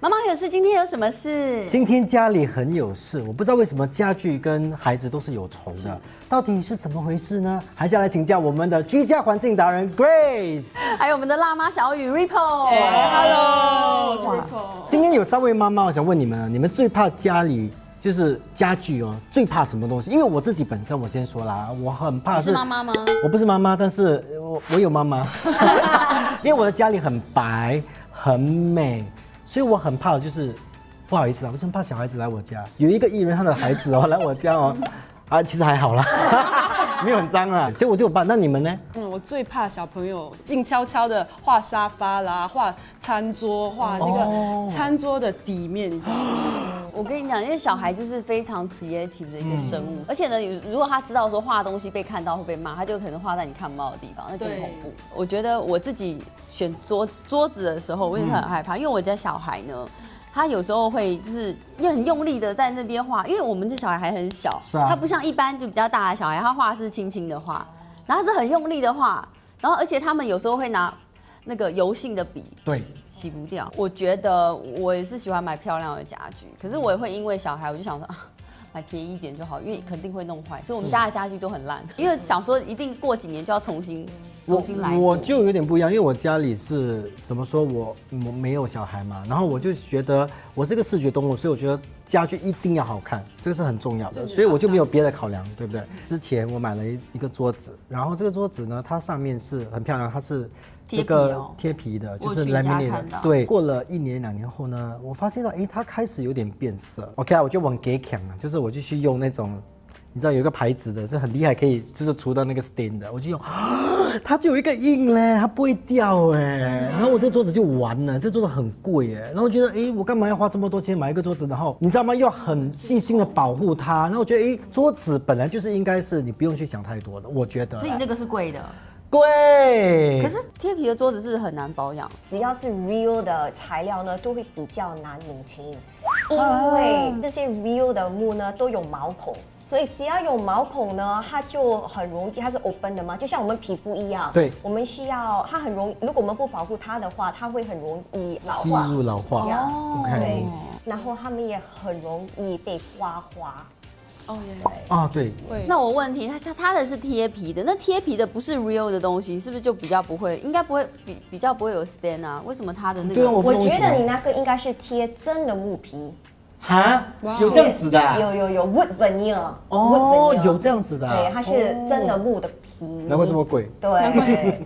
妈妈有事，今天有什么事？今天家里很有事，我不知道为什么家具跟孩子都是有仇的，到底是怎么回事呢？还是要来请教我们的居家环境达人 Grace。还有我们的辣妈小雨 Ripple，、哎 Hello，我是哇 Ripple。今天有三位妈妈，我想问你们啊，你们最怕家里就是家具哦，最怕什么东西？因为我自己本身，我先说啦，我很怕你是妈妈吗？我不是妈妈，但是我我有妈妈，因为我的家里很白很美，所以我很怕就是不好意思啊，我真怕小孩子来我家。有一个艺人他的孩子哦来我家哦，啊其实还好啦， 没有很脏啦，所以我就有办。那你们呢？嗯，我最怕小朋友静悄悄的画沙发啦，画餐桌，画那哦个餐桌的底面，你知道吗？我跟你讲，因为小孩就是非常 creative 的一个生嗯物，而且呢，有如果他知道说画东西被看到会被骂，他就可能画在你看不到的地方，那更对恐怖。我觉得我自己选桌桌子的时候，我也是嗯很害怕，因为我家小孩呢。他有时候会就是也很用力的在那边画，因为我们这小孩还很小，是啊他不像一般就比较大的小孩，他画是轻轻的画，然后他是很用力的画，然后而且他们有时候会拿那个油性的笔，对，洗不掉。我觉得我也是喜欢买漂亮的家具，可是我也会因为小孩，我就想说。啊买便宜一点就好，因为肯定会弄坏，所以我们家的家具都很 烂。因为想说一定过几年就要重新重我新来过我就有点不一样，因为我家里是怎么说我我没有小孩嘛，然后我就觉得我是个视觉动物，所以我觉得家具一定要好看，这个是很重要的，所以我就没有别的考量，对不对？之前我买了一一个桌子，然后这个桌子呢，它上面是很漂亮，它是这贴皮个哦贴皮的，就我是去你家 laminate 的看到，对。过了一年两年后呢，我发现到诶，它开始有点变色。OK 啊，我就往给抢了，就是我就去用那种。你知道有一个牌子的是很厉害，可以就是除到那个 stain 的，我就用，它就有一个印嘞，它不会掉哎。然后我这桌子就完了，这桌子很贵哎。然后我觉得，哎，我干嘛要花这么多钱买一个桌子？然后你知道吗？又要很细心的保护它。然后我觉得，哎，桌子本来就是应该是你不用去想太多的，我觉得啦。所以你那个是贵的。贵。可是贴皮的桌子是不是很难保养？只要是 real 的材料呢，都会比较难拧停，因为这些 real 的木呢都有毛孔，所以只要有毛孔呢，它就很容易，它是 open 的嘛，就像我们皮肤一样，对我们需要它很容易，如果我们不保护它的话，它会很容易老吸化，入老化。呀哦 OK 对，然后它们也很容易被刮花。哦耶，啊，对，会。那我问题，它它它的是贴皮的，那贴皮的不是 real 的东西，是不是就比较不会，应该不会比比较不会有 stain 啊？为什么它的那对啊，个？我不我懂觉为什么得你那个应该是贴真的木皮，哈哇有这样子的啊，有有有 wood veneer，哦 wood，veneer 有这样子的对，啊，它是真的木的皮，难怪这么贵。对，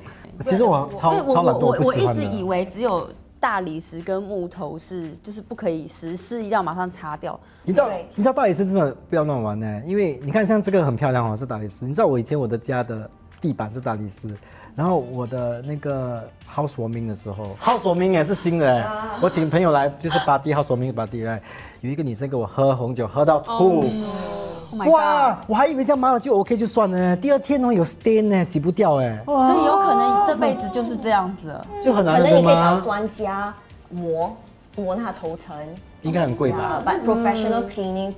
其实我啊对超我超懒惰，我我我不我喜一欢直以的。为只有大理石跟木头是就是不可以湿，湿一定要马上擦掉。你知道对，你知道大理石真的不要乱玩呢，因为你看像这个很漂亮哦，是大理石。你知道我以前我的家的地板是大理石，然后我的那个 housewarming 的时候，housewarming 也是新的耶，啊我请朋友来就是 party housewarming party 来，有一个女生给我喝红酒喝到吐。 Oh my god！哇，我还以为这样抹了就 OK 就算了呢，第二天哦有 stain 呢，洗不掉哎，所以有可能这辈子就是这样子了。就很可难能你的可以找吗？专家磨磨它头层，应该很贵吧？啊，but professional cleaning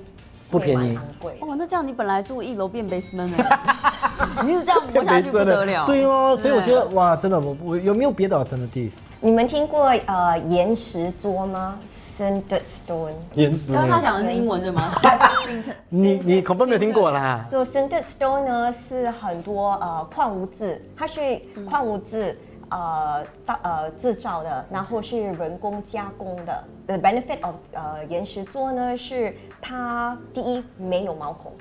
不便宜会蛮昂贵的。哦，那这样你本来住一楼变 basement 了， 你是这样磨变下没去事不得了。对哦，所以我觉得对哇，真的，我我有没有别的 alternative 你们听过呃岩石桌吗？Sanded stone，岩石刚刚他呢？讲的是英文对 吗？你你恐怕没有听过啦。就 sanded stone 呢是很多呃矿物质，它是矿物质。呃，造呃制造的，然后是人工加工的。The benefit of 呃岩石桌呢，是它第一没有毛孔，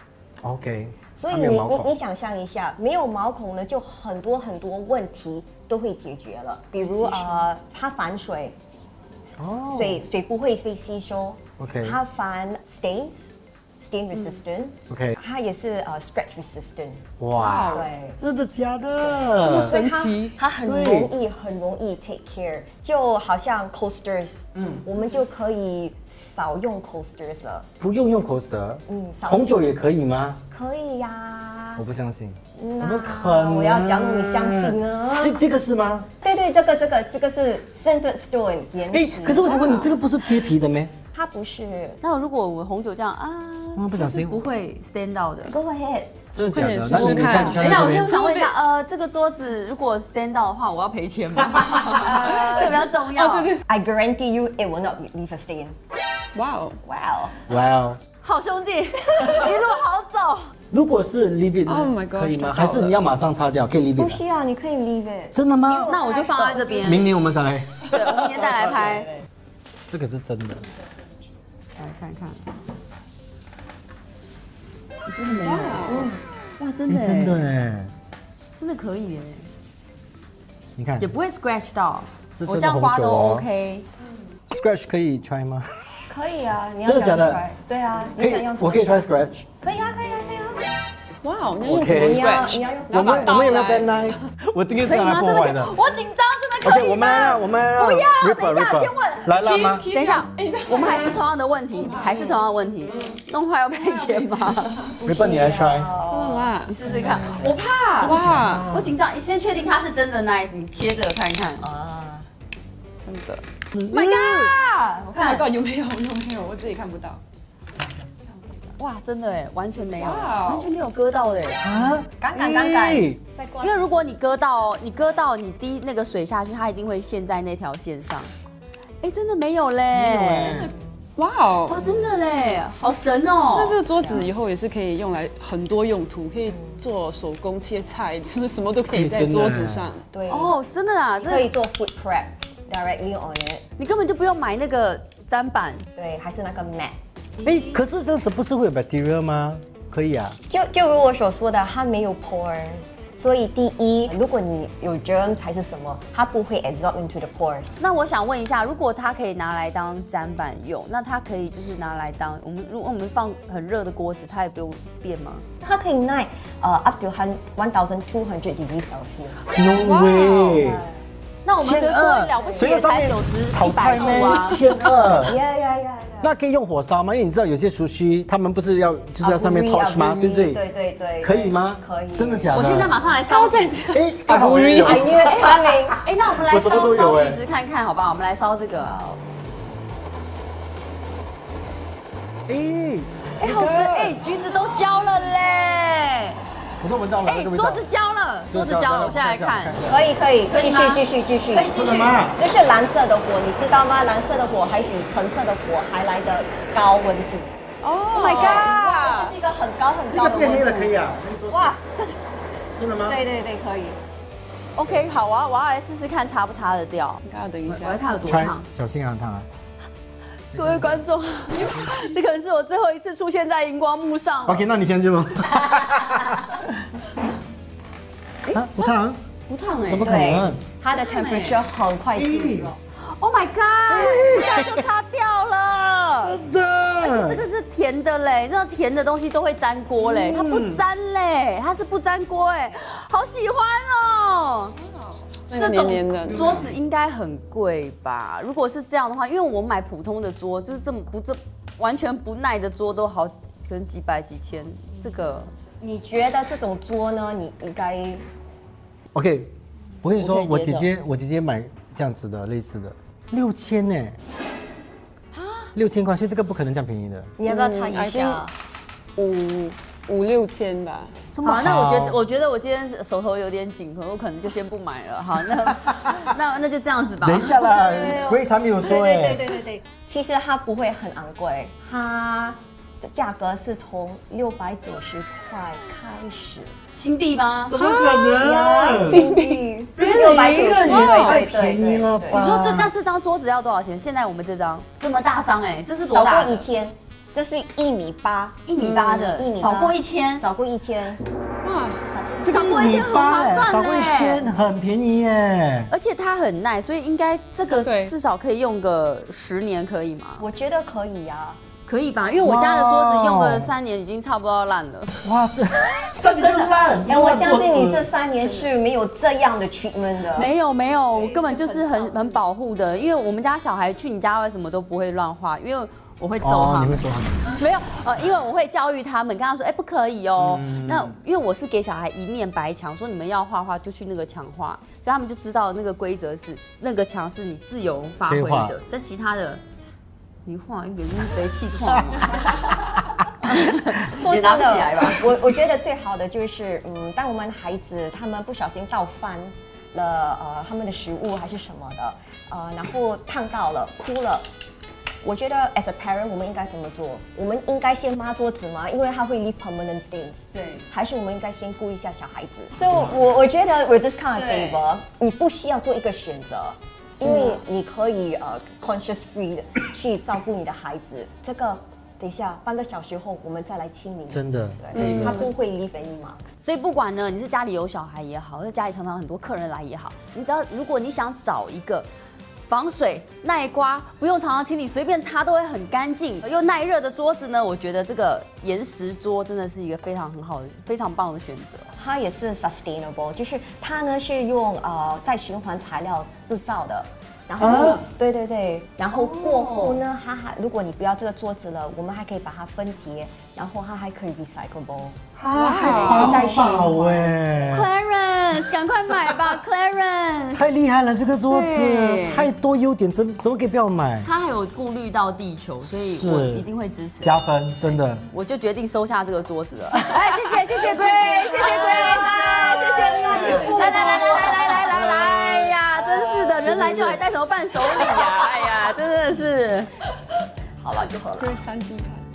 OK，所以它你没有毛你你孔，想象一下，没有毛孔呢，就很多很多问题都会解决了，比如吸收呃，它反水，哦水水不会被吸收 OK 它反 stains。Stain resistant， OK 它也是呃 scratch resistant，哇，对，真的假这么的？神奇，它很对容易很容易 take care，就好像 coasters，嗯，我们就可以少用 coasters 了，不用用口舌，嗯少红酒也可以吗？可以呀、我不相信，那怎么可能？我要讲你相信啊这这个是吗？对对，这个这个这个是 sanded stone 岩石。哎，可是我想问你，这个不是贴皮的吗？它不是。那如果我红酒这样啊，嗯不小就心是不会 stand out 的。 Go ahead， 真的假快点的？试那试你你看哎像你等一像下，我那先边，想问一下，呃，这个桌子如果 stand out 的话，我要赔钱吗？ 呃这个比较重要。啊对对， I guarantee you it will not leave a stain. 哇哦， Wow. 哇哦！好兄弟， 一路好走。如果是 leave it 呢 Oh my gosh，可以吗？太还好了是你要马上擦掉？可以 leave 不 it 啊需要，啊你可以 leave it。真的吗？那我就放在这边，明年我们再来，对，我明天再来 拍。这个是真的。来看看，欸真的没有，嗯哇，真欸的诶真的耶，哎，真的可以耶，你看也不会 scratch 到，是我这真的样红花酒都哦。 OK。 Scratch 可以 try 吗？可以啊，你要真的假的想 try 对啊，可你以想用，什么我可以 try 样 Scratch。可以啊，可以啊，可以啊。哇哦，你要用什 OK 么你要你 scratch？要用什我么们我倒们有来那边呢， 我今天是啊可以拿来吗？真的可破坏以的。我紧张，真的可 OK，以吗？我们来了，我们来了。不要等一 Ripper，下 Ripper 先问来辣吗？等一下，我们还是同样的问题，还是同样的问题，弄坏要赔钱吗？ Ripper，你来 try。真的吗？你试试看，我怕，哇，我紧张，你先确定它是真的 knife，你切着看看。嗯 Oh 啊，真的，My God，我 Oh my 看， god，有没有？有没有？我自己看不到。哇，真的哎，完全没有，哇哦完全没有割到的哎。啊，敢敢敢敢咦，再过因为如果你割到你割到你滴那个水下去，它一定会陷在那条线上。哎，真的没有嘞，哇哦，哇，真的嘞，好神哦！那这个桌子以后也是可以用来很多用途，可以做手工切菜，是不是什么都可以在啊桌子上？对哦，真的啊，可这以做 food prep directly on it。你根本就不用买那个砧板，对，还是那个 mat。哎，可是这样子不是会有 bacteria 吗？可以啊。就就如我所说的，它没有 pores，所以第一，如果你有 germ 还是什么，它不会 absorb into the pores。那我想问一下，如果它可以拿来当砧板用，那它可以就是拿来当我们如果我们放很热的锅子，它也不用电吗？它可以耐呃 up to hun one thousand two hundred degree Celsius。 No way。那我们千的锅了不二，起谁在也上才面九十炒一百菜度啊呢？千二。 Yeah yeah yeah yeah。那可以用火烧吗？因为你知道有些熟悉，他们不是要就是要上面哎啊 Aburi， torch 吗？ Aburi，对不对？啊对对对。可以吗？可以。真的假的？我现在马上来烧这家。哎，太好了 I knew it's coming 哎、那我们来我什么烧都有烧哎橘子看看，好不好？我们来烧这个。哎，哎、好神！哎、橘子都焦了嘞！我都闻到了，哎、那个味道桌子焦了，桌子焦了，我现在来看。可以可以，可以继吗续继续继续可。以继真的续。吗这是蓝色的火，你知道吗？蓝色的火还比橙色的火还来得高温度。哦 Oh my 哇，这 god！是一个很高很这高个的变黑温了度。可以啊？哇，真的吗？对对对，可以。 OK，好，我要我要来试试看擦不擦得掉。大家等一我来下，看有多穿烫。小心啊，烫啊！各位观 众，这可能是我最后一次出现在荧光幕上了。 OK，那你先去吧。啊，不烫？不烫哎、怎么可对嗯能？，它的 temperature 很快进 o 入。h Oh my 哎 god！一下就擦掉了。真的这个是甜的嘞，你知道甜的东西都会粘锅嘞，它不粘嘞，它是不粘锅哎，好喜欢哦。那这个哎黏种黏的桌子应该很贵吧？如果是这样的话，因为我买普通的桌，就是这么不这完全不耐的桌都好，可能几百几千。这个你觉得这种桌呢？你应该 OK，我跟你说，我我可以接姐受姐，我姐姐买这样子的类似的，六千呢，六千块，所以这个不可能这样便宜的。你要不要猜一下？五五六千吧，这么好，那我觉得好我觉得我今天手头有点紧，可能我可能就先不买了。好，那那那就这样子吧。等一下呃啦，Grace 还没有对说对对哎对，对对，其实它不会很昂贵，它的价格是从六百九十块开始。新币吗？怎么哎可能？金币，真的六百九十一个块，人对对对太便宜了对你吧说这那这张桌子要多少钱？现在我们这张这么大张哎、这是多少大过的？一千，这是一米八，一米八的，嗯一米八少过一千，少过一千，哇，这少过一千很划算嘞哎少过一千很便宜耶。而且它很耐，所以应该这个对至少可以用个十年，可以吗？我觉得可以啊呀。可以吧？因为我家的桌子用哇了哦三年，已经差不多要烂了。哇， 这上面就烂，哎，什么我烂相信桌你子这三年是没有这样的 treatment 的。没有没有，我根本就是是很很很保护的，因为我们家小孩去你家为什么都不会乱画，因为我会揍哦，他你们会。做好 吗？没有，呃，因为我会教育他们，跟他们说，哎、不可以哦。嗯那因为我是给小孩一面白墙，说你们要画画就去那个墙画，所以他们就知道那个规则是那个墙是你自由发挥可以画的，但其他的你画一个就是被气矿嘛， 说也真拿的不起来吧？我我觉得最好的就是，嗯，当我们孩子他们不小心倒翻了，呃，他们的食物还是什么的，呃，然后烫到了，哭了。我觉得 as a parent，我们应该怎么做？我们应该先抹桌子吗？因为它会 leave permanent stains。对还是我们应该先顾一下小孩子？所以，我我觉得 with this kind of 对 favor，你不需要做一个选择，啊因为你可以呃 conscious free 的去照顾你的孩子。 这个等一下半个小时后我们再来清理。真的对，嗯他不会 leave any marks。所以不管呢，你是家里有小孩也好，或者家里常常很多客人来也好，你只要如果你想找一个防水、耐刮、不用常常清理，随便擦都会很干净又耐热的桌子呢，我觉得这个岩石桌真的是一个非常很好的、非常棒的选择。它也是 sustainable，就是它呢是用呃再循环材料制造的。然后、啊哦对对对，然后过后呢，它还如果你不要这个桌子了，我们还可以把它分解，然后它还可以 recyclable。啊，好环保哎， Clarence，赶快买吧，Clarence。太厉害了，这个桌对子太多优点，怎怎么可以不要买？他还有顾虑到地球，所以是我一定会支持。加分，真的。我就决定收下这个桌子了。 哎，谢谢谢谢 Grace，谢谢 Grace，谢谢大舅来来来啊来来来来来来呀！真是 的，人来就来，带什么伴手礼呀？哎呀，真的是。好了就好了。对，三 D 看。